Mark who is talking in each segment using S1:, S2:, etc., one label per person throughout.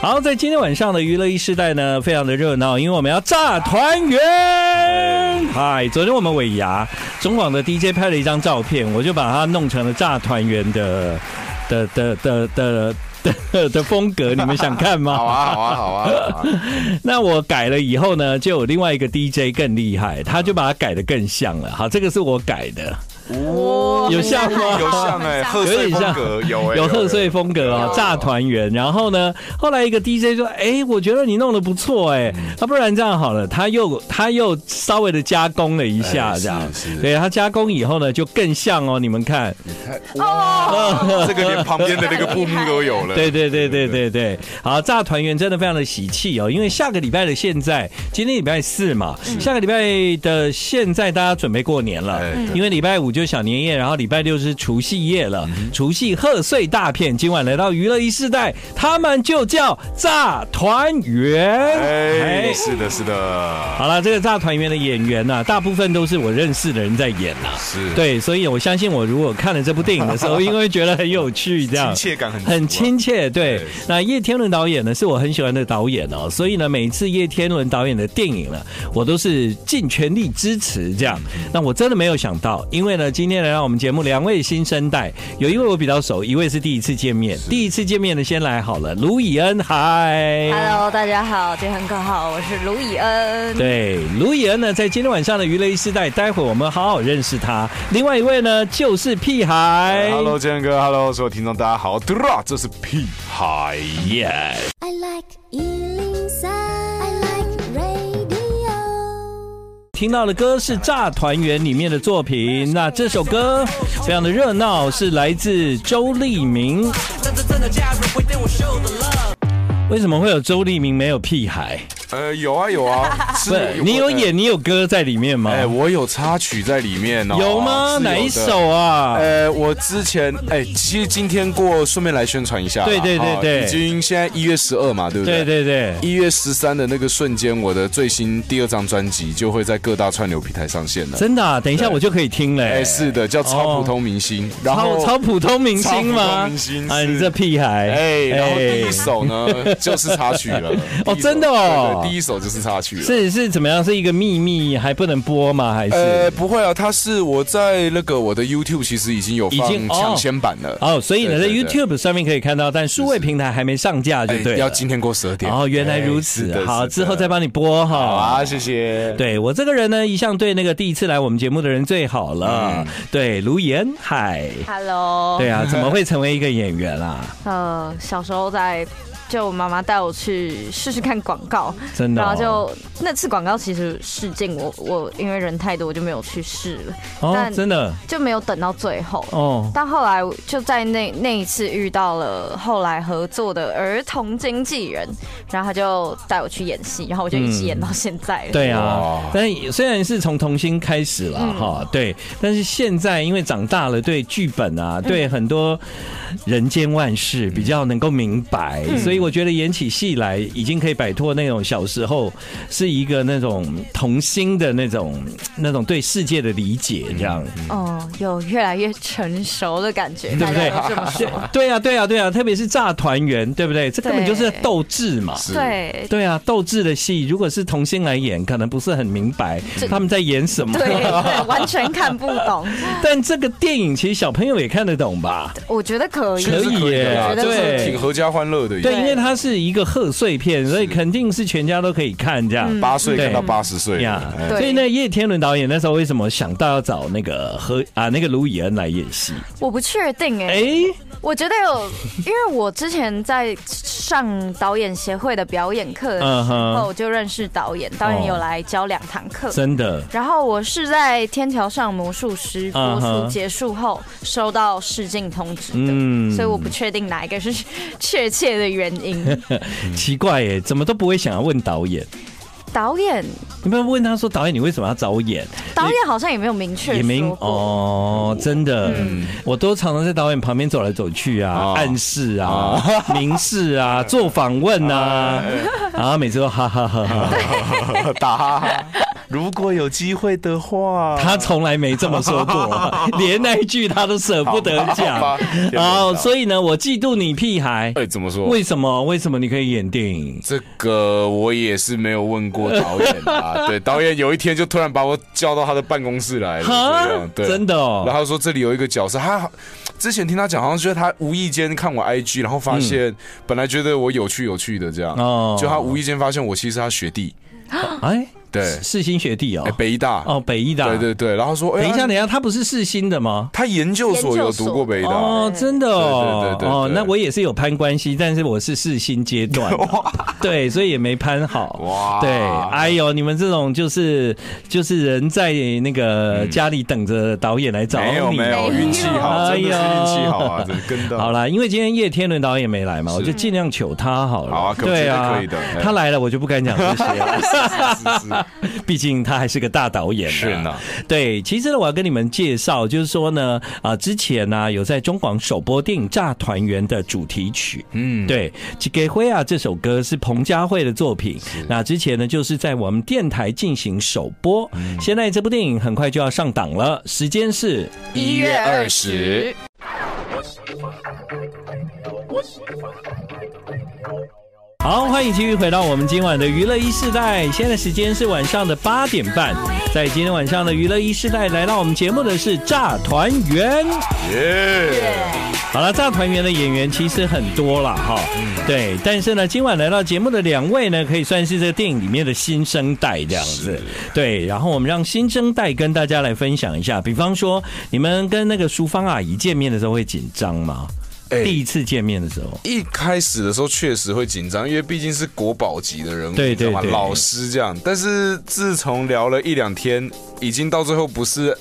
S1: 好，在今天晚上的娱乐一时代呢，非常的热闹，因为我们要炸团圆。哎嗨，昨天我们尾牙中广的 DJ 拍了一张照片，我就把它弄成了炸团圆的的的的的的的风格，你们想看 吗？
S2: 好啊，好啊，好啊，好啊
S1: 那我改了以后呢，就有另外一个 DJ 更厉害，他就把它改的更像了。好，这个是我改的，
S2: 哦
S1: 有像吗
S2: 有像哎，贺
S1: 有
S2: 岁
S1: 点像
S2: 风格有哎，
S1: 有贺岁风格哦，炸团圆。然后呢，后来一个 DJ 说：“哎，我觉得你弄得不错哎，
S2: 嗯
S1: 那不然这样好了，他又他又稍微的加工了一下，
S2: 哎
S1: 这样
S2: 是是，
S1: 对他加工以后呢，就更像哦，你们看，
S2: 哦，这个连旁边的那个布幕都有 了，
S1: 对对对对对对，好，炸团圆真的非常的喜气哦，因为下个礼拜的现在，今天礼拜四嘛，下个礼拜的现在大家准备过年了
S2: 嗯哎，
S1: 因为礼拜五就小年夜，然后礼拜六是除夕夜了，
S2: 嗯
S1: 除夕贺岁大片，今晚来到娱乐一世代，他们就叫炸团圆。
S2: 哎，是的，是的，
S1: 好了，这个炸团圆的演员呢、大部分都是我认识的人在演呐、
S2: 是，，
S1: 对，所以我相信我如果看了这部电影的时 候，应该会觉得很有趣，这样
S2: 亲切感很足啊
S1: 很亲切。对
S2: 对，
S1: 那叶天伦导演呢，是我很喜欢的导演哦，所以呢，每一次叶天伦导演的电影呢，我都是尽全力支持这样。
S2: 嗯
S1: 那我真的没有想到，因为呢，今天来到我们节目两位新生代，有一位我比较熟，一位是第一次见面，第一次见面的先来好了，卢以恩，嗨
S3: Hello，大家好，这很可好，我是卢以恩。
S1: 对，卢以恩呢，在今天晚上的娱乐一时代，待会我们好好认识他。另外一位呢，就是屁孩。
S2: Hello，建哥，Hello，所有听众，大家好，嘟啦，这是屁孩。
S1: Yeah，
S4: I like Ealing Sound. I like radio.
S1: 听到的歌是《炸团圆》里面的作品。那这首歌非常的热闹，是来自周立明。为什么会有周立明没有屁孩？
S2: 呃，有啊，有 啊，
S1: 不
S2: 是
S1: 是，你有？演，你有歌在里面吗？
S2: 哎，我有插曲在里面哦，
S1: 有吗？
S2: 是的
S1: 哪一首啊？
S2: 呃，我之前哎，其实今天过，顺便来宣传一下啦。
S1: 对对对
S2: 哦
S1: 对
S2: 已经现在一月十二嘛，对不
S1: 对
S2: 对？
S1: 对对，
S2: 一月十三的那个瞬间，我的最新第二张专辑就会在各大串流平台上线了。
S1: 真的、啊，等一下我就可以听了、
S2: 哎，是的，叫超普通明星，然后
S1: 哦超超普通明星
S2: 超普
S1: 吗？
S2: 通明星
S1: 啊，
S2: 是
S1: 你这屁孩！
S2: 哎，然后第一
S1: 哎
S2: 首呢就是插曲了。第一首
S1: 真的 哦
S2: 对对第一首就是插曲了。
S1: 是是怎么样？是一个秘密，还不能播吗？还
S2: 呃，
S1: 是？
S2: 不会啊，它是我在那个我的 YouTube 其实已经有
S1: 已
S2: 放
S1: 经哦
S2: 抢先版了。
S1: 哦，所以呢，在
S2: 对对对
S1: YouTube 上面可以看到，但数位平台还没上架，就
S2: 哎
S1: 对了
S2: 要今天过十二点。
S1: 哦，原来
S2: 哎
S1: 如
S2: 是
S1: 此
S2: 的，
S1: 好，
S2: 是的
S1: 之后再帮你播哈。
S2: 好啊，谢谢。
S1: 对我这个人呢，一向对那个第一次来我们节目的人最好了。
S2: 嗯
S1: 对，卢岩海。
S3: Hello，
S1: 对啊，怎么会成为一个演员啊啦、
S3: 呃，小时候在就我妈妈带我去试试看广告，
S1: 真的哦
S3: 然后就那次广告其实试镜我我因为人太多我就没有去试了，
S1: 哦，
S3: 但
S1: 真的
S3: 就没有等到最后。
S1: 哦，
S3: 但后来就在那那一次遇到了后来合作的儿童经纪人，然后他就带我去演戏，然后我就一直演到现在了。
S1: 嗯对啊
S2: 哇，
S1: 但虽然是从童星开始
S3: 嗯
S1: 了哈、对，但是现在因为长大了，对剧本啊，
S3: 嗯
S1: 对很多人间万事比较能够明白，
S3: 嗯
S1: 所以我觉得演起戏来已经可以摆脱那种小时候是一个那种童星的那种那种对世界的理解这样。
S3: 哦，有越来越成熟的感觉，
S1: 对不对
S3: 大家都这么说。
S1: 对呀、啊，对呀、啊，对呀、啊，特别是炸团圆，对不对？这根本就是
S3: 对
S1: 斗志嘛。
S2: 是
S3: 对
S1: 对啊，斗志的戏，如果是童星来演，可能不是很明白
S3: 这
S1: 他们在演什么。
S3: 对对，完全看不懂。
S1: 但这个电影其实小朋友也看得懂吧？
S3: 我觉得可以，
S1: 可以耶
S2: 啊
S3: 我觉得
S2: 这
S3: 可
S2: 是
S1: 对
S3: 以
S2: 挺合家欢乐的。
S1: 对，
S3: 对
S1: 因为它是一个贺岁片，所以肯定是全家都可以看这样。
S3: 嗯
S2: 八岁
S1: 对
S2: 看到八十岁
S1: 呀
S2: 哎
S3: 对
S1: 所以呢，叶天伦导演那时候为什么想到要找那个何啊那个卢以恩来演戏？
S3: 我不确定哎、
S1: 哎、
S3: 我觉得有，因为我之前在上导演协会的表演课的
S1: 嗯
S3: 时
S1: 哼
S3: 候，就认识导演，导演
S1: 哦
S3: 有来教两堂课。
S1: 真的
S3: 然后我是在天桥上魔术师播
S1: 嗯
S3: 出
S1: 哼
S3: 结束后收到试镜通知的，
S1: 嗯
S3: 所以我不确定哪一个是 确切的原 因。
S1: 奇怪耶，怎么都不会想要问导演？
S3: 导演
S1: 你们问他说导演你为什么要找我演？
S3: 导演好像也没有明确
S1: 也没
S3: 说过，嗯
S1: 哦，真的，我都常常在导演旁边走来走去啊
S2: 哦，
S1: 暗示啊，明示啊，
S3: 啊
S1: 做访问啊，然后每次都哈哈哈哈。
S2: 打哈哈，如果有机会的话，
S1: 他从来没这么说 过，连那一句他都舍不得讲
S2: 好吧天。哪
S1: 好，所以呢，我嫉妒你屁孩。
S2: 哎怎么说？
S1: 为什么？为什么你可以演电影？
S2: 这个我也是没有问过导演 啊。对，导演有一天就突然把我叫到他的办公室来了，这样对，
S1: 真的
S2: 然
S1: 哦。
S2: 后他说这里有一个角色，他之前听他讲，好像觉得他无意间看我 IG，然后发现本来觉得我有趣有趣的这样，
S1: 嗯哦
S2: 就他无意间发现我其实是他学弟，
S1: 哎，
S2: 对，
S1: 世新学弟哦
S2: 哎，，北医大，
S1: 哦，北医大。
S2: 对对对，然后说，哎
S1: 等一下，
S2: 啊
S1: 等一下，他不是世新的吗？
S2: 他研究所有读过北医大，
S1: 哦，真的哦，
S2: 对对对对
S1: 哦，
S2: 对
S1: 那我也是有攀关系，但是我是世新阶段的，对，所以也没攀好。
S2: 哇
S1: 对，哎呦，你们这种就是就是人在那个家里等着导演来找
S2: 嗯没有
S1: 你，
S2: 没有，
S3: 没有
S2: 运气好，真的是
S1: 哎呦
S2: 运气好 啊，真的跟到
S1: 好啦，因为今天叶天伦导演没来嘛，我就尽量求他好了。
S2: 好啊可不
S1: 对啊，
S2: 绝对可以的哎
S1: 他来了，我就不敢讲这些了，
S2: 是是
S1: 毕竟他还是个大导演、啊
S2: 是是呢，
S1: 对，其实呢，我要跟你们介绍，就是说呢，啊、之前呢、有在中广首播电影《炸团圆》的主题曲，
S2: 嗯，
S1: 对，《几给灰啊》这首歌是彭佳慧的作品。那之前呢，就是在我们电台进行首播。
S2: 嗯
S1: 现在这部电影很快就要上档了，时间是
S2: 一月二十。
S1: 好，欢迎继续回到我们今晚的娱乐一世代。现在时间是晚上的八点半，在今天晚上的娱乐一世代，来到我们节目的是炸团圆。
S2: 耶，
S1: 好了，炸团圆的演员其实很多了哈，对，但是呢，今晚来到节目的两位呢，可以算是这个电影里面的新生代这样子，对。然后我们让新生代跟大家来分享一下，比方说你们跟那个淑芳阿姨见面的时候会紧张吗？
S2: 哎
S1: 第一次见面的时候，
S2: 一开始的时候确实会紧张，因为毕竟是国宝级的人物，
S1: 对对
S2: 你知道吗
S1: 对
S2: 老师这样。但是自从聊了一两天，已经到最后不是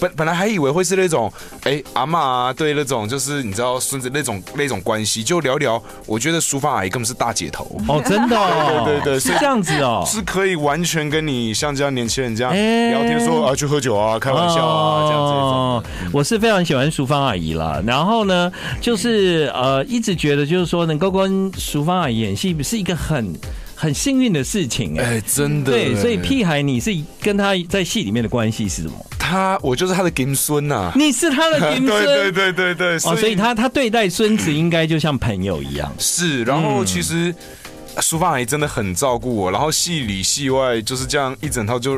S2: 本本来还以为会是那种哎、阿嬷啊，对那种就是你知道孙子那种那种关系，就聊聊。我觉得淑芳阿姨根本是大姐头，
S1: 哦，真的、哦，
S2: 对对对
S1: 是
S2: 所以
S1: 这样子哦，
S2: 是可以完全跟你像这样年轻人这样
S1: 哎
S2: 聊天说啊去喝酒啊，开玩笑啊这样嗯这种。
S1: 哦我是非常喜欢淑芳阿姨啦，然后呢，就是呃，一直觉得就是说能够跟淑芳阿姨演戏是一个很很幸运的事情哎、
S2: 哎，真的
S1: 对，所以
S2: 哎
S1: 屁孩，你是跟他在戏里面的关系是什么？。
S2: 他，我就是他的金孙呐
S1: 你是他的金
S2: 对对
S1: 孙。
S2: 对对对，
S1: 哦，所以他他对待孙子应该就像朋友一样，
S2: 是，然后其实啊淑芳阿姨真的很照顾我，然后戏里戏外就是这样一整套就，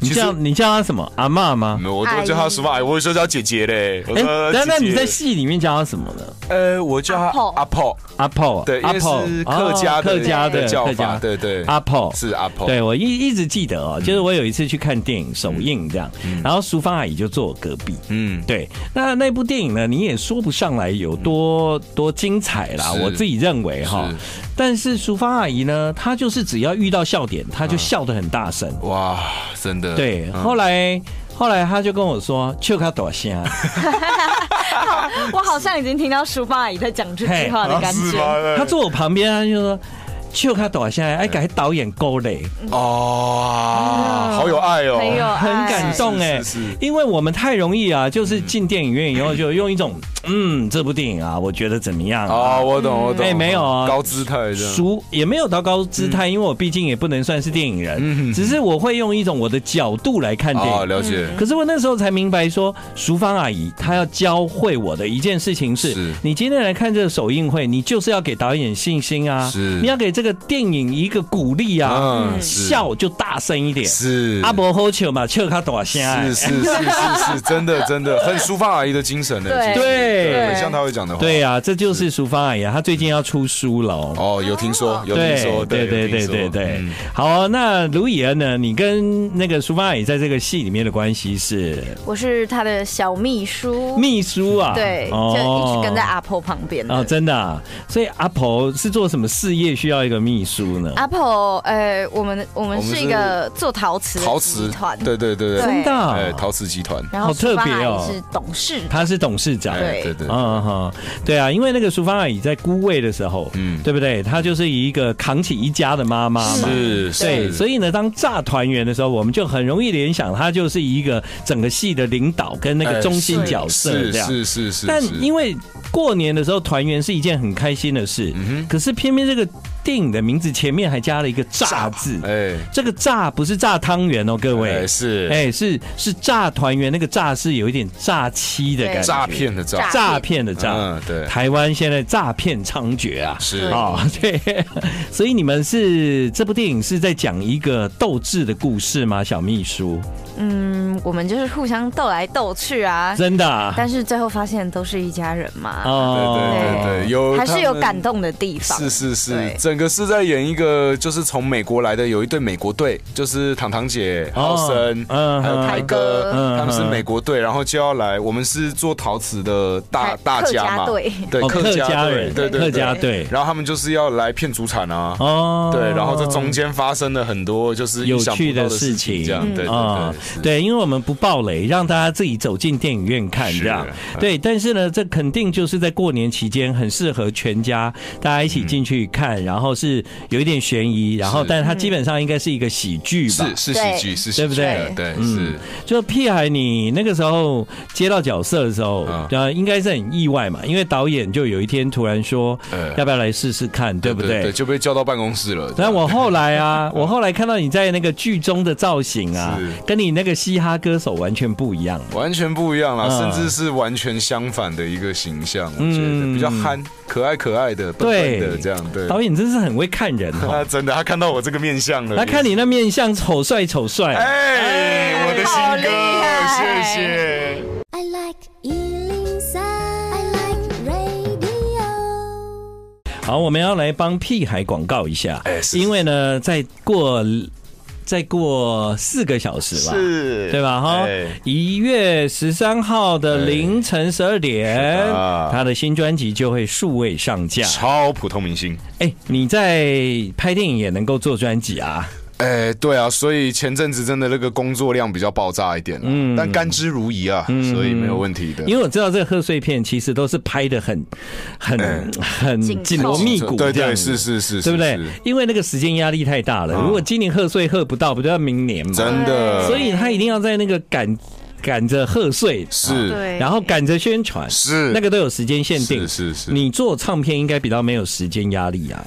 S1: 你
S2: 其实
S1: 叫你叫他什么阿嬷吗？
S2: 没有我都叫她淑芳阿姨，我有时候叫姐姐嘞。嗯我
S1: 哎，
S2: 说呃
S1: 那那
S2: 姐姐
S1: 你在戏里面叫他什么呢？
S2: 呃，我叫她阿
S3: 阿
S2: 炮，
S1: 阿炮，
S2: 对，因
S1: 阿
S2: 为
S1: 炮
S2: 是客家
S1: 哦
S2: 的
S1: 客家的
S2: 的叫
S1: 客
S2: 法，
S1: 家
S2: 对对，
S1: 阿炮
S2: 是阿嗯炮，
S1: 对，我一一直记得哦，就是我有一次去看电影首映这样，然后淑芳阿姨就坐我隔壁。
S2: 嗯，
S1: 对，那那部电影呢，你也说不上来有多多精彩啦，
S2: 嗯是
S1: 我自己认为哈
S2: 是。
S1: 但是淑芳阿姨呢，她就是只要遇到笑点，她就笑得很大声。
S2: 哇，真的，
S1: 对，
S2: 嗯
S1: 后来后来她就跟我 说：“就她多香。
S3: 我好像已经听到淑芳阿姨在讲这
S1: 嘿
S3: 句话的感
S2: 啊是吗哎
S3: 觉。？”
S1: 她坐我旁边，她就说：“就她多香，哎，给导演勾勒。”
S2: 哦，好有爱哦，
S3: 很有爱
S1: 很感动哎、
S2: 是是是
S1: 因为我们太容易啊，就是进电影院以后就用一种，嗯，这部电影啊，我觉得怎么样啊？
S2: 哦，我懂我懂，
S1: 哎没有啊
S2: 高姿态这样，
S1: 熟也没有到高姿态，
S2: 嗯
S1: 因为我毕竟也不能算是电影人，只是我会用一种我的角度来看电
S2: 哦，
S1: 影。
S2: 了解，
S1: 可是我那时候才明白说淑芳阿姨她要教会我的一件事情是：
S2: 是
S1: 你今天来看这个首映会，你就是要给导演信心啊，
S2: 是
S1: 你要给这个电影一个鼓励啊，
S2: 嗯，是
S1: 笑就大声一点。
S2: 是
S1: 阿伯好笑嘛，笑他大声哎。
S2: 是是是是是，真的真 的很淑芳阿姨的精神呢，
S3: 对
S2: 其实
S1: 对
S2: 很像她会讲的话。
S1: 对啊呀、这就是淑芳阿姨、啊，她最近要出书了哦。
S2: 哦，有听说，有听说，
S1: 对对
S2: 有听
S1: 对
S2: 说
S1: 对对
S2: 嗯，
S1: 好，那卢以恩呢？你跟那个淑芳阿姨在这个戏里面的关系是
S3: 我是她的小秘书，
S1: 秘书啊？
S3: 哦对，就一直跟在阿婆旁边的
S1: 哦，真的、啊，所以阿婆是做什么事业需要一个秘书呢？
S3: 阿婆，呃，我们我们是一个做陶瓷的
S2: 陶
S3: 集
S2: 瓷
S3: 团，
S2: 对对对对，
S1: 真的啊、
S2: 哎，陶瓷集团，
S3: 然后
S1: 好特
S3: 淑芳
S1: 别
S3: 阿
S1: 哦
S3: 姨是董事长，
S1: 她是董事长。
S3: 对
S2: 哎对对，
S1: 嗯哈，对啊，因为那个淑芳阿姨在孤位的时候，嗯
S2: 嗯，
S1: 对不对？她就是一个扛起一家的妈妈嘛，
S2: 是
S1: 对，
S2: 是，
S1: 所以呢，当炸团圆的时候，我们就很容易联想他就是一个整个戏的领导跟那个中心角色
S2: 哎是
S1: 这样。
S2: 是是是，
S1: 但
S2: 是
S1: 因为过年的时候团圆是一件很开心的事，
S2: 嗯
S1: 可是偏偏这个电影的名字前面还加了一个“炸”字，
S2: 哎，
S1: 这个“炸”不是炸汤圆哦，各位
S2: 哎，是
S1: 哎、是是炸团圆，那个炸是有一点诈欺的感觉，
S3: 对
S2: 诈骗的诈
S3: 诈，
S1: 诈骗的诈。
S2: 嗯，对，
S1: 台湾现在诈骗猖獗啊！
S2: 是
S3: 对
S1: 啊、 对，所以你们是这部电影是在讲一个斗智的故事吗？小秘书，
S3: 嗯，我们就是互相斗来斗去啊，
S1: 真的、啊、
S3: 但是最后发现都是一家人
S1: 哦
S3: 嘛，
S2: 对对对对，有
S3: 还是有感
S2: 动。
S3: 动的地方。
S2: 是是是
S3: 对，
S2: 整个是在演一个就是从美国来的有一队美国队，就是糖糖姐、
S1: 哦
S2: 浩森，
S1: 嗯
S2: 还有泰哥，
S1: 嗯
S2: 他们是美国队，然后就要来，我们是做陶瓷的大
S3: 台
S2: 大家嘛
S3: 客家队，
S2: 对
S1: 哦
S2: 客家队
S1: 人，
S2: 对对
S1: 客家
S2: 对，
S1: 队，
S2: 然后他们就是要来骗主产啊。
S1: 哦
S2: 对，然后这中间发生了很多就是
S1: 有
S2: 意想不
S1: 趣
S2: 到
S1: 的
S2: 的
S1: 事
S2: 事
S1: 情
S2: 情，这样对对
S1: 啊
S2: 对，是
S1: 对，因为我们不爆雷，让大家自己走进电影院看
S2: 是
S1: 这样。
S2: 嗯
S1: 对，但是呢，这肯定就是在过年期间很适合全家大家一起进去看，然后是有一点悬疑，然后
S2: 嗯是
S1: 但是它基本上应该是一个喜剧吧。
S2: 是是
S3: 对
S2: 喜剧，是
S1: 对不
S2: 喜剧
S1: 对
S2: 的对，
S1: 嗯
S2: 是
S1: 就屁孩，你那个时候接到角色的时候，
S2: 嗯
S1: 呃、应该是很意外嘛，因为导演就有一天突然说，
S2: 呃
S1: 要不要来试试看，对不对？
S2: 对，就被叫到办公室了。
S1: 但我后来 啊，我后来看到你在那个剧中的造型啊
S2: 是，
S1: 跟你那个嘻哈歌手完全不一样。
S2: 完全不一样啦，
S1: 嗯
S2: 甚至是完全相反的一个形象，我觉
S1: 嗯
S2: 得比较憨、可爱、可爱的、笨笨的
S1: 对
S2: 这样。对，哎
S1: 导演真是很会看 人
S2: 他
S1: 哦，
S2: 真的，他看到我这个面相了。
S1: 他看你那面相丑帅丑帅，
S2: 哎，我的新
S3: 好厉害
S2: 歌，谢谢。
S4: I like Ealing Sound. I like radio.
S1: 好，我们要来帮屁孩广告一下
S2: 哎，是
S1: 因为呢，再过再过四个小时吧。
S2: 是，
S1: 对吧？哈
S2: 哎，
S1: 一月十三号的
S2: 哎
S1: 凌晨十二点
S2: 是，的啊
S1: 他的新专辑就会数位上架。
S2: 超普通明星。
S1: 哎，你在拍电影也能够做专辑啊？
S2: 哎，对啊，所以前阵子真的那个工作量比较爆炸一点了，但甘之如饴啊，所以没有问题的。
S1: 嗯因为我知道这个贺岁片其实都是拍的很、很、很紧
S3: 紧
S1: 锣
S3: 凑
S1: 密鼓，
S2: 嗯对对，是，是是，是
S1: 对不对
S2: 是？啊
S1: 因为那个时间压力太大了，如果今年贺岁贺不到，不就要明年嘛？
S2: 真的，
S1: 所以他一定要在那个赶赶着贺岁，
S2: 是
S3: 对，
S1: 然后赶着宣传，
S2: 是
S1: 那个都有时间限定。
S2: 是是是。
S1: 你做唱片应该比较没有时间压力啊，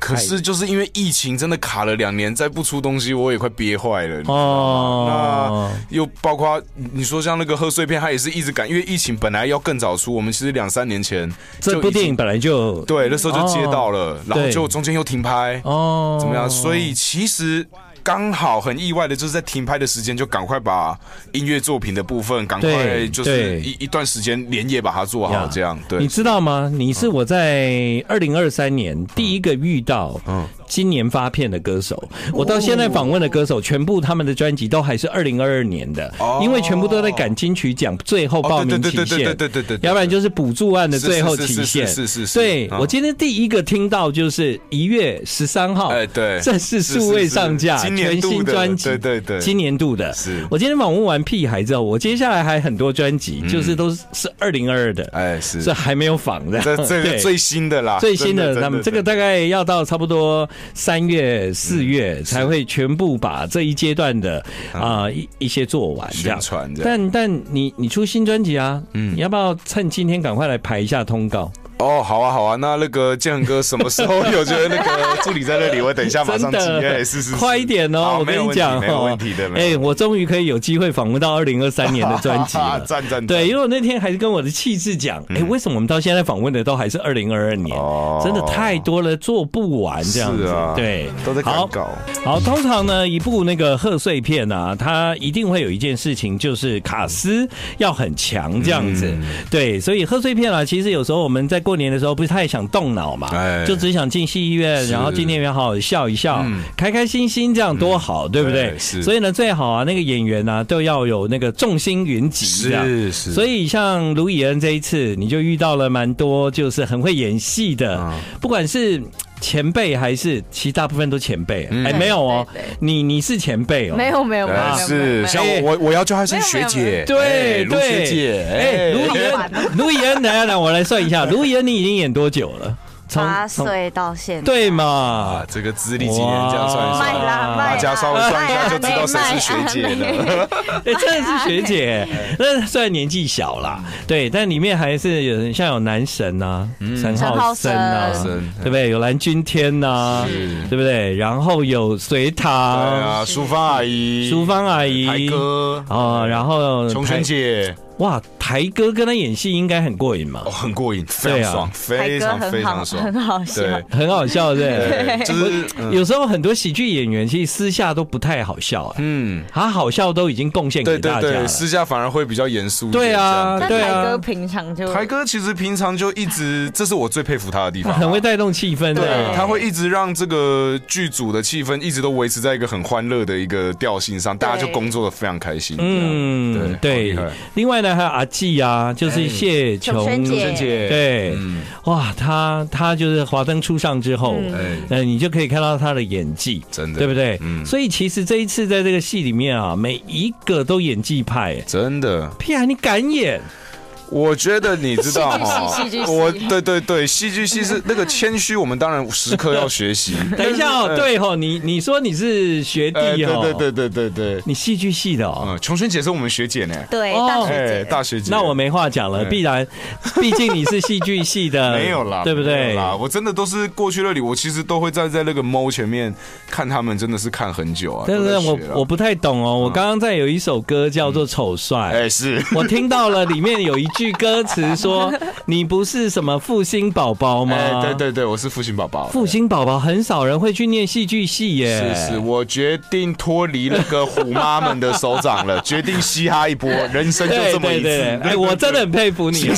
S2: 可
S1: 哎
S2: 是就是因为疫情真的卡了两年，再不出东西我也快憋坏了。
S1: 哦
S2: 哦，那又包括你说像那个贺岁片，它也是一直赶，因为疫情本来要更早出，我们其实两三年前
S1: 这部
S2: 就已经
S1: 电影本来就
S2: 对那时候就接到了，然后
S1: 对
S2: 就中间又停拍，
S1: 哦
S2: 怎么样？所以其实。刚好很意外的，就是在停拍的时间就赶快把音乐作品的部分，赶快
S1: 对
S2: 就是
S1: 对
S2: 一一段时间连夜把它做好
S1: 呀，
S2: 这样对嗯
S1: 你。知道吗？你是我在二零二三年第一个遇到，嗯，今年发片的歌手。
S2: 哦
S1: 我到现在访问的歌手，全部他们的专辑都还是二零二二年的，因为全部都在赶金曲奖最后报名期
S2: 哦对对对
S1: 限，
S2: 对对对对对
S1: 要不然就是补助案的最后期限。
S2: 是是是是是是是
S1: 对
S2: 嗯
S1: 我今天第一个听到就是一月十三号，
S2: 哎 对
S1: 正式数位上架，
S2: 是是是今
S1: 全
S2: 年度的
S1: 新专辑，
S2: 对对对
S1: 今年度的。
S2: 是
S1: 我今天访问完屁孩之后，我接下来还很多专辑，
S2: 嗯
S1: 就是都是是二零二二的，
S2: 哎，是
S1: 这还没有仿的，
S2: 这这个
S1: 对
S2: 最新的啦，
S1: 最新的，
S2: 真
S1: 那么
S2: 真
S1: 这个大概要到差不多三月、四月
S2: 嗯
S1: 才会全部把这一阶段的啊一一些做完这样
S2: 宣。传这样。嗯
S1: 但但你你出新专辑啊，你要不要趁今天赶快来排一下通告？
S2: 哦，好啊，好啊，那那个建恒哥什么时候有？觉得那个助理在那里，我等一下马
S1: 真
S2: 上接。
S1: 的，
S2: 哎是是是，
S1: 快一点哦！
S2: 好
S1: 我跟
S2: 没有
S1: 你
S2: 问题
S1: 讲，
S2: 没有问题的，
S1: 哦
S2: 没
S1: 哎，
S2: 有
S1: 我终于可以有机会访问到二零二三年的哎专辑
S2: 啊
S1: 了。
S2: 赞赞
S1: 对，因
S2: 为
S1: 为我那天还是跟我的气质讲，
S2: 嗯
S1: 哎、为什么我们到现在访问的都还是二零二二年？
S2: 哦
S1: 真的太多了，做不完这样子。
S2: 是啊
S1: 对，
S2: 都在
S1: 好
S2: 赶稿，
S1: 好，通常呢，一部那个贺岁片啊，它一定会有一件事情，就是卡斯要很强这样子。
S2: 嗯
S1: 对，所以贺岁片啊，其实有时候我们在过年的时候不太想动脑嘛，
S2: 哎
S1: 就只想进戏院，
S2: 是
S1: 然后进电影院好好笑一笑，开开心心这样多好，对不对？
S2: 对嗯哎是
S1: 所以呢，最好啊，那个演员啊，都要有那个众星云集这样。
S2: 是是，
S1: 所
S2: 以
S1: 以像卢以恩这一次，你就遇到了蛮多就是很会演戏的，不管是前辈还是其实大部分都前辈。哎、没有哦，
S3: 对对
S1: 你你是前辈哦，
S3: 没。有没有没有没有，没有
S2: 哎
S1: 哎
S2: 是
S3: 没有
S2: 像我我我要叫她是学姐，哎
S1: 对
S2: 卢
S1: 对，
S2: 学姐，
S1: 哎，卢以
S3: 好
S1: 恩
S3: 烦，
S1: 卢以恩，来来来，我来算一下，卢以恩，你已经演多久了？从
S3: 八
S1: 从
S3: 岁到现在，
S1: 对
S2: 啊
S1: 嘛，？
S2: 这个资历几年这样算一
S3: 卖
S2: 算，
S3: 啦卖啦，
S2: 大家稍微算一下就知道谁是学姐
S3: 卖啦。卖啦
S2: 了。
S1: 哎、真的是学
S3: 哎
S1: 姐，那虽然年纪小啦，对，但里面还是有像有男神呐、陈
S3: 陈
S1: 浩
S3: 浩
S1: 森呐、
S2: 森嗯
S1: 对不对？有蓝钧天啊呐、 对不对？然后有隋
S2: 对
S1: 唐、
S2: 啊，淑芳阿姨，
S1: 淑芳阿姨，
S2: 台哥
S1: 哦，然后
S2: 琼轩
S1: 台
S2: 姐，
S1: 哇，台哥跟他演戏应该很过瘾嘛
S2: 哦，，很过瘾，非常爽，非
S3: 海哥
S2: 常
S3: 很
S2: 非
S3: 好，
S2: 常爽
S3: 很。好笑。
S2: 对，
S1: 很好笑，对不对。
S2: 对就是嗯
S1: 有时候很多喜剧演员其实私下都不太好笑、哎
S2: 嗯，
S1: 他好笑都已经贡献给
S2: 对
S1: 大
S2: 对
S1: 家了
S2: 对，。私下反而会比较严肃一点。
S1: 对啊
S3: 但
S1: 对啊
S3: 台哥平常就
S2: 这样台哥其实平常就一直，这是我最佩服他的地 方啊，
S1: 很会带动气氛
S2: 对
S1: 的，
S2: 他会一直让这个剧组的气氛一直都维持在一个很欢乐的一个调性上，大家就工作的非常开心。
S1: 嗯，
S2: 对
S1: 对
S2: 好厉害。
S1: 另外呢，还有阿纪啊，就是谢
S3: 琼
S1: 琼
S3: 轩姐
S2: 这样，姐，
S1: 对，
S2: 嗯，
S1: 哇，他他就是华灯初上之后，
S3: 嗯
S2: 哎，
S1: 呃，你就可以看到他的演技，
S2: 真的，
S1: 对不对？
S2: 嗯
S1: 所以其实这一次在这个戏里面啊，每一个都演技派，哎
S2: 真的，
S1: 屁啊，你敢演？
S2: 我觉得你知道
S3: 戏剧系戏剧系
S2: 我对对对，戏剧系是那个谦虚，我们当然时刻要学 习。
S1: 等一下哦，
S2: 嗯
S1: 对哦，你你说你是学弟
S2: 哎，对
S1: 哦，
S2: 对对对对对，
S1: 你戏剧系的哦。
S2: 嗯，琼轩姐是我们学姐呢，
S3: 对
S1: 哦
S3: 大学
S2: 哎，
S3: 姐
S2: 大学姐，
S1: 那我没话讲了，
S2: 嗯
S1: 必 然，毕竟你是戏剧系的，
S2: 没有啦，
S1: 对不
S2: 没
S1: 对
S2: 有？啦，我真的都是过去那里，我其实都会站在那个猫前面看他们，真的是看很久啊。
S1: 但
S2: 都
S1: 是
S2: 在学
S1: 我
S2: 啊
S1: 我不太懂哦，我刚刚在有一首歌叫做《丑帅》，
S2: 哎是，
S1: 我听到了里面有一句歌词 说：“你不是什么复兴宝宝吗？”
S2: 哎对，对对，我是复兴宝宝。
S1: 复兴宝宝很少人会去念戏剧系耶。
S2: 是是，我决定脱离那个虎妈们的手 掌了，决定嘻哈一波，人生就
S1: 对
S2: 这么
S1: 对
S2: 一
S1: 对，
S2: 次。
S1: 哎，我真的很佩服你 哦，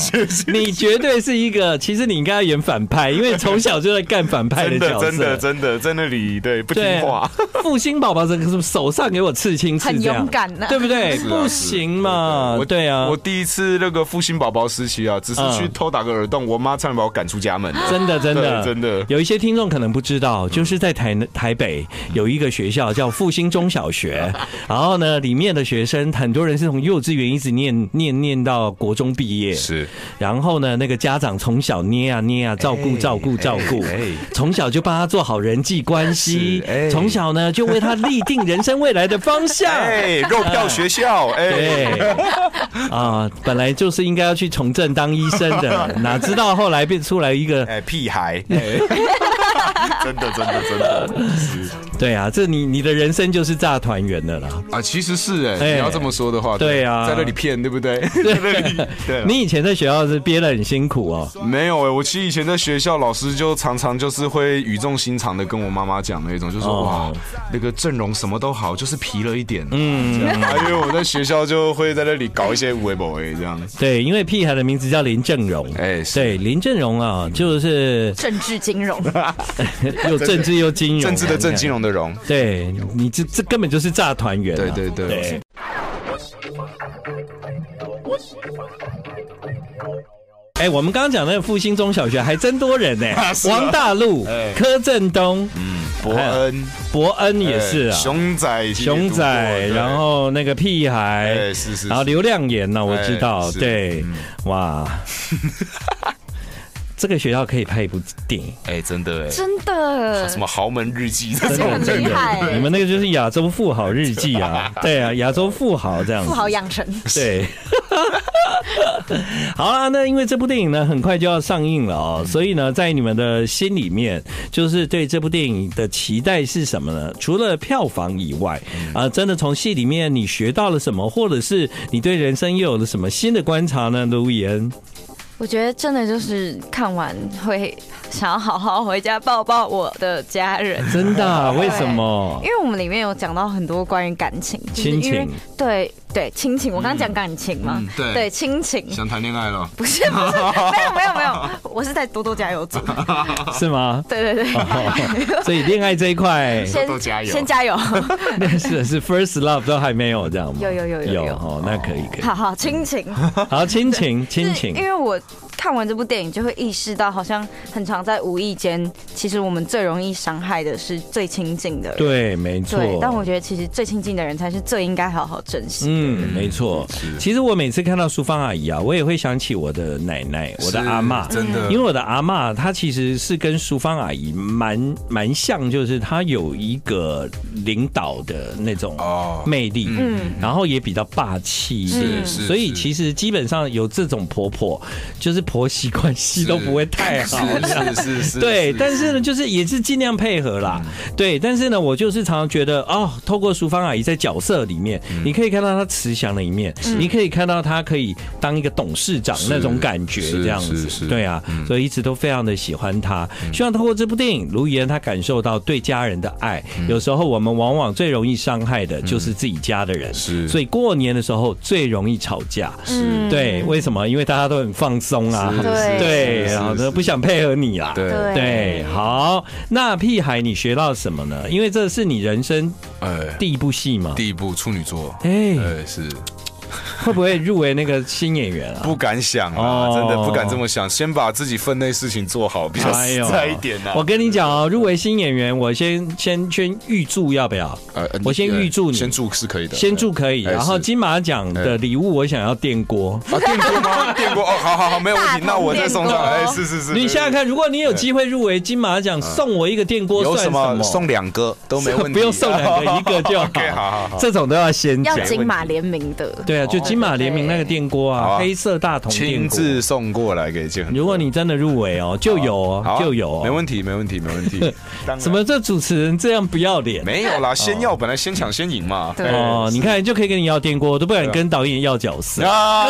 S1: 你绝对是一个，其实你应该要演反派，因为从小就在干反派
S2: 真
S1: 角色。
S2: 的真的真的在那里对不
S1: 对
S2: 听话，，
S1: 复兴宝宝整个手上给我刺青，是
S3: 很
S1: 这
S3: 勇
S1: 样，
S3: 敢呢。
S1: 对不对？
S2: 是啊
S1: 不
S2: 是
S1: 行嘛
S2: 我，
S1: 对啊，
S2: 我第一次那个复兴宝宝时期啊，只是去
S1: 嗯
S2: 偷打个耳洞，我妈差点把我赶出家门了。
S1: 真的，真的，
S2: 对真的
S1: 有一些听众可能不知道，就是在台南台北有一个学校叫复兴中小学，
S2: 嗯
S1: 然后呢，里面的学生很多人是从幼稚园一直念念念到国中毕业，
S2: 是，
S1: 然后呢，那个家长从小捏啊捏啊，照顾照顾照顾
S2: 哎，
S1: 从小就帮他做好人际关系
S2: 是，哎
S1: 从小呢就为他立定人生未来的方向。
S2: 哎，肉票学校，哎，
S1: 啊嗯对，啊，本来就是应该要去从政当医生 的，哪知道后来变出来一个
S2: 哎，屁孩，哎 真的真的真的是
S1: 对啊，这你你的人生就是炸团圆的啦。
S2: 啊，其实是哎，
S1: 哎
S2: 你要这么说的话，
S1: 对啊
S2: 在那里骗，对不对？ 在那里，对啊。
S1: 你以前在学校是憋得很辛苦哦，
S2: 没有哎、我其实以前在学校，老师就常常就是会语重心长的跟我妈妈讲那种，就说、
S1: 哦
S2: 哇，那个阵容什么都好，就是皮了一点。嗯，啊、因为我在学校就会在那里搞一些微博哎 这样。
S1: 对，因为屁孩的名字叫林正荣，
S2: 哎是
S1: 对，林正荣啊，就是
S3: 政治 金融，
S1: 又政治又金融，啊
S2: 政治的政，金融的融。
S1: 对你这这根本就是炸团圆啊、
S2: 对对对
S1: 对。哎，我们刚刚讲那个复兴中小学还真多人呢、
S2: 是啊
S1: 王大陆、
S2: 哎
S1: 柯震东、
S2: 伯恩
S1: 伯恩也是啊，
S2: 哎熊仔
S1: 熊仔，
S2: 也读过
S1: 然。后那个屁孩，
S2: 对哎，是是，
S1: 然后
S2: 是
S1: 刘亮言呢、我知道，
S2: 哎是
S1: 对，哇， 这个学校可以拍一部电影，
S2: 哎，真的哎，
S3: 真的
S2: 什么豪门日记 这
S3: 真的
S2: 种，
S3: 很厉害哎
S1: 你们那个就是亚洲富豪日记啊，对啊，亚洲富豪这样子，
S3: 富豪养成。
S1: 对。 好啦，那因为这部电影呢很快就要上映了哦，所以呢，在你们的心里面，就是对这部电影的期待是什么呢？除了票房以外，啊、真的从戏里面你学到了什么，或者是你对人生又有了什么新的观察呢？卢言，
S3: 我觉得真的就是看完会想要好好回家抱抱我的家人，
S1: 真的啊、
S3: 对
S1: 为什么
S3: 因？为我们里面有讲到很多关于感情，就是
S1: 亲
S3: 因为
S1: 情
S3: 对对亲情，我刚刚讲感情嘛，
S2: 嗯对
S3: 对亲情，
S2: 想谈恋爱了，
S3: 不是不是，没有没有没有，我是在多多加 油组，
S1: 是吗？
S3: 对对对，
S1: 所以恋爱这一块
S3: 先
S2: 多多加油
S3: 先加油，
S1: 是是 first love 都还没有这样吗？
S3: 有有有有有
S1: 哦，那可以可以。
S2: 嗯
S3: 好好亲情，
S1: 好，亲情亲
S3: 是
S1: 情
S3: 因，为我看完这部电影就会意识到，好像很常在无意间，其实我们最容易伤害的是最亲近的人。
S1: 对，没错。
S3: 对，但我觉得其实最亲近的人才是最应该好好珍惜。
S1: 嗯，没错。其实我每次看到淑芳阿姨啊，我也会想起我的奶奶，我的阿嬷。
S2: 真的，
S1: 因为我的阿嬷她其实是跟淑芳阿姨蛮蛮像，就是她有一个领导的那种
S2: 哦
S1: 魅力，
S3: 嗯
S1: 然后也比较霸气一点，
S2: 是是
S1: 所以
S2: 是
S1: 其实基本上有这种婆婆，就是婆媳关系都不会太好。
S2: 是是是是，嗯
S1: 对，但是呢，就是也是尽量配合啦。对，但是呢，我就是常常觉得哦，透过淑芳阿姨在角色里面，
S2: 嗯
S1: 你可以看到她慈祥的一面，你可以看到她可以当一个董事长那种感觉，
S2: 是
S1: 这样
S2: 是
S1: 子。
S2: 是嗯
S1: 对啊，所以一直都非常的喜欢她。希望透过这部电影，卢妍她感受到对家人的爱。
S2: 嗯
S1: 有时候我们往往最容易伤害的就是自己家的人，
S2: 是
S1: 所以过年的时候最容易吵架。
S3: 嗯
S1: 对，为什么？因为大家都很放松啊，
S2: 是
S3: 是
S1: 对，
S2: 是
S1: 然后
S2: 是
S1: 呢不想配合你啊啦，
S2: 对
S3: 对
S1: 对，好，那屁孩，你学到什么呢？因为这是你人生
S2: 哎，
S1: 第一部戏嘛，
S2: 第一部处女座，
S1: 哎，
S2: 哎是
S1: 会不会入围那个新演员啊？
S2: 不敢想啊，
S1: 哦
S2: 真的不敢这么想，先把自己分内事情做好，比较
S1: 哎
S2: 实
S1: 呦
S2: 在一点啊呐。
S1: 我跟你讲哦，入围新演员，我先先先预祝要不要？
S2: 呃，呃
S1: 我先预祝你
S2: 先祝是可以的，
S1: 先祝可以，
S2: 哎
S1: 然后
S2: 是哎
S1: 金马奖的礼物我想要电锅。
S2: 啊，电锅吗？电锅哦，好好 好，没有问
S3: 大
S2: 题，
S3: 同
S2: 那我再送
S3: 电
S2: 上。
S3: 锅
S2: 哎，是是是，
S1: 你想想看，如果你有机会入围金马奖，送我一个电锅
S2: 有
S1: 算
S2: 什
S1: 什么
S2: 么？送两个都没问
S1: 不
S2: 题，哦
S1: 用送两个，一个就
S2: OK，好好好
S1: 这种都要先
S3: 要
S1: 讲。
S3: 金马联名的，
S1: 对啊，就金马联名那个电锅
S2: 好
S1: 啊，
S2: 啊
S1: 黑色大铜电
S2: 亲
S1: 锅。
S2: 自送过来给建恒。
S1: 如果你真的入围哦，就有
S2: 好
S1: 哦
S2: 啊，
S1: 就有哦。
S2: 没问题，没问题，没 问题。当然
S1: 怎么这主持人这样不要脸？
S2: 没有啦？先要本来先抢先赢嘛。
S3: 对
S1: 哦，你看就可以跟你要电锅，我都不敢
S2: 对啊
S1: 跟导演要角色。
S2: 啊！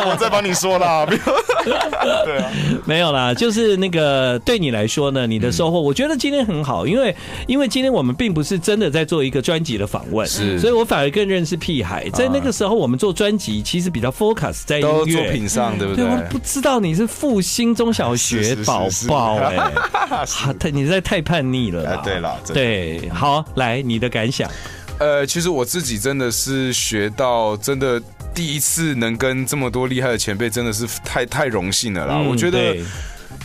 S2: 我再帮你 说啦，不要
S1: 没有啦，就是那个对你来说呢，你的收
S2: 嗯
S1: 获，我觉得今天很好，因为因为今天我们并不是真的在做一个专辑的访问，
S2: 是啊
S1: 所以我反而更认识屁孩。在那个时候，我们做专辑其实比较 focus 在音乐
S2: 都作品上，对不
S1: 对，
S2: 对？
S1: 我不知道你是复兴中小学宝宝 哎，啊太你实在太叛逆了啦
S2: 哎。对啦真的
S1: 对，好，来你的感想，
S2: 呃，其实我自己真的是学到，真的第一次能跟这么多厉害的前辈，真的是太太荣幸了啦。
S1: 嗯
S2: 我觉得
S1: 对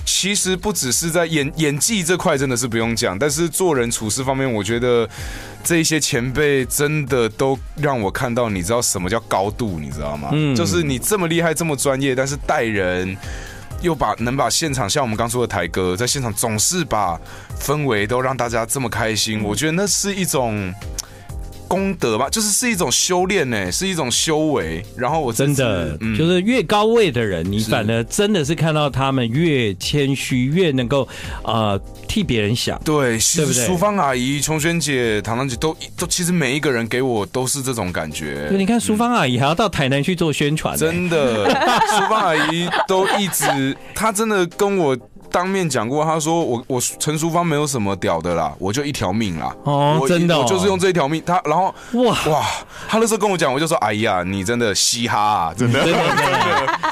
S2: 其实不只是在演演技这块真的是不用讲，但是做人处事方面，我觉得这一些前辈真的都让我看到，你知道什么叫高度，你知道吗？
S1: 嗯
S2: 就是你这么厉害，这么专业，但是待人。又把能把现场像我们刚说的台哥，在现场总是把氛围都让大家这么开心，
S1: 嗯
S2: 我觉得那是一种功德吧，就是是一种修炼呢、是一种修为。然后我这
S1: 真
S2: 次
S1: 的就是越高位的人，你反而真的是看到他们越谦虚，越能够呃替别人想。
S2: 对，其
S1: 对不
S2: 实
S1: 对
S2: 淑芳阿姨、琼轩姐、唐唐姐都都，其实每一个人给我都是这种感觉
S1: 对，。你看淑芳阿姨还要到台南去做宣传、欸，
S2: 真的， 淑芳阿姨都一直，她真的跟我当面讲过，她说我我陈淑芳没有什么屌的啦，我就一条命啦。
S1: 哦
S2: 我
S1: 真的哦
S2: 我就是用这一条命。她然后
S1: 哇，
S2: 哇，她那时候跟我讲，我就说，哎呀，你真的嘻哈 啊，真的
S1: 真的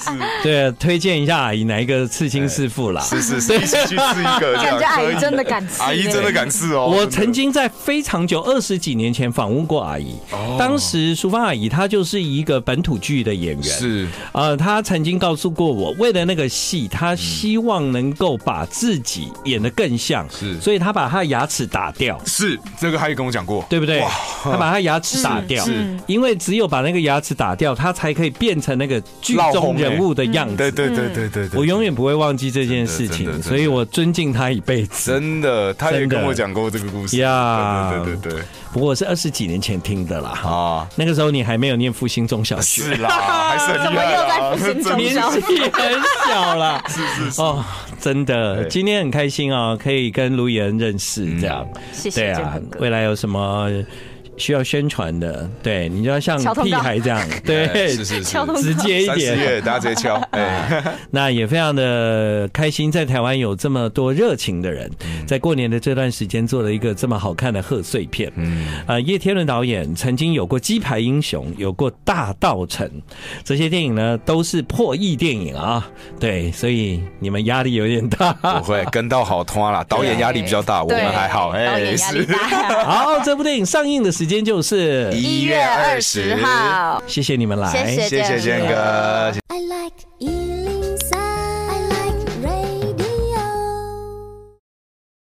S1: 真的，对，啊推荐一下阿姨哪一个刺青师傅啦。
S2: 是是是，一起去吃一个，这
S3: 感
S2: 样
S3: 觉阿
S2: 可以
S3: 姨真的敢吃，
S2: 啊阿姨真的敢吃哦。
S1: 我
S2: 真的
S1: 曾经在非常久二十几年前访问过阿姨，
S2: 哦
S1: 当时淑芳阿姨她就是一个本土剧的演员，
S2: 是
S1: 呃，她曾经告诉过我，为了那个戏，
S2: 嗯
S1: 她希望能够把自己演得更像，
S2: 是
S1: 所以她把她的牙齿打掉。
S2: 是，这个她也跟我讲过，
S1: 对不对？她把她牙齿打掉，因为只有把那个牙齿打掉，她才可以变成那个剧
S2: 老
S1: 中
S2: 红欸
S1: 人物的样
S2: 对
S1: 子。
S2: 对对对对对，
S1: 我永远不会忘记这件事
S2: 真的真
S1: 情，
S2: 的
S1: 所以我尊敬她一辈子。
S2: 真的，他也
S1: 真的
S2: 跟我讲过这个故事
S1: 呀
S2: 对对对对对，
S1: 不过我是二十几年前听的啦，哈，
S2: 啊，
S1: 那个时候你还没有念复兴中小学。
S2: 是啦，还是很厉害啦，
S3: 怎么又在复兴中
S1: 年纪很小啦，
S2: 是 是是，
S1: 哦，真的，
S2: 对
S1: 今天很开心哦，可以跟卢岩认识，这样，
S2: 嗯
S3: 谢谢
S1: 对
S3: 建
S1: 啊
S3: 恒，哥
S1: 未来有什么需要宣传的，对你就要像
S3: 敲通
S1: 屁
S3: 告
S1: 孩这 样，
S2: 哎
S1: 对
S2: 是，是是
S3: 敲，通 告
S1: 直接一
S2: 三十
S1: 点。
S2: 页大家直接 敲，哎，
S1: 那也非常的开心，在台湾有这么多热情的人，在过年的这段时间做了一个这么好看的贺岁片。嗯，呃，叶天伦导演曾经有过《鸡排英雄》，有过《大道城》，这些电影呢都是破亿电影啊。对，所以你们压力有点 大。
S2: 不会跟到好通啊啦，导演压力比较大，我
S3: 对
S2: 们还好，
S3: 导
S2: 哎，
S3: 演压力
S2: 是
S3: 大。
S1: 好，这部电影上映的时间就是，
S3: 一月二十号，
S1: 谢谢你们来，
S3: 谢谢
S2: 谢谢建哥。
S4: I like you.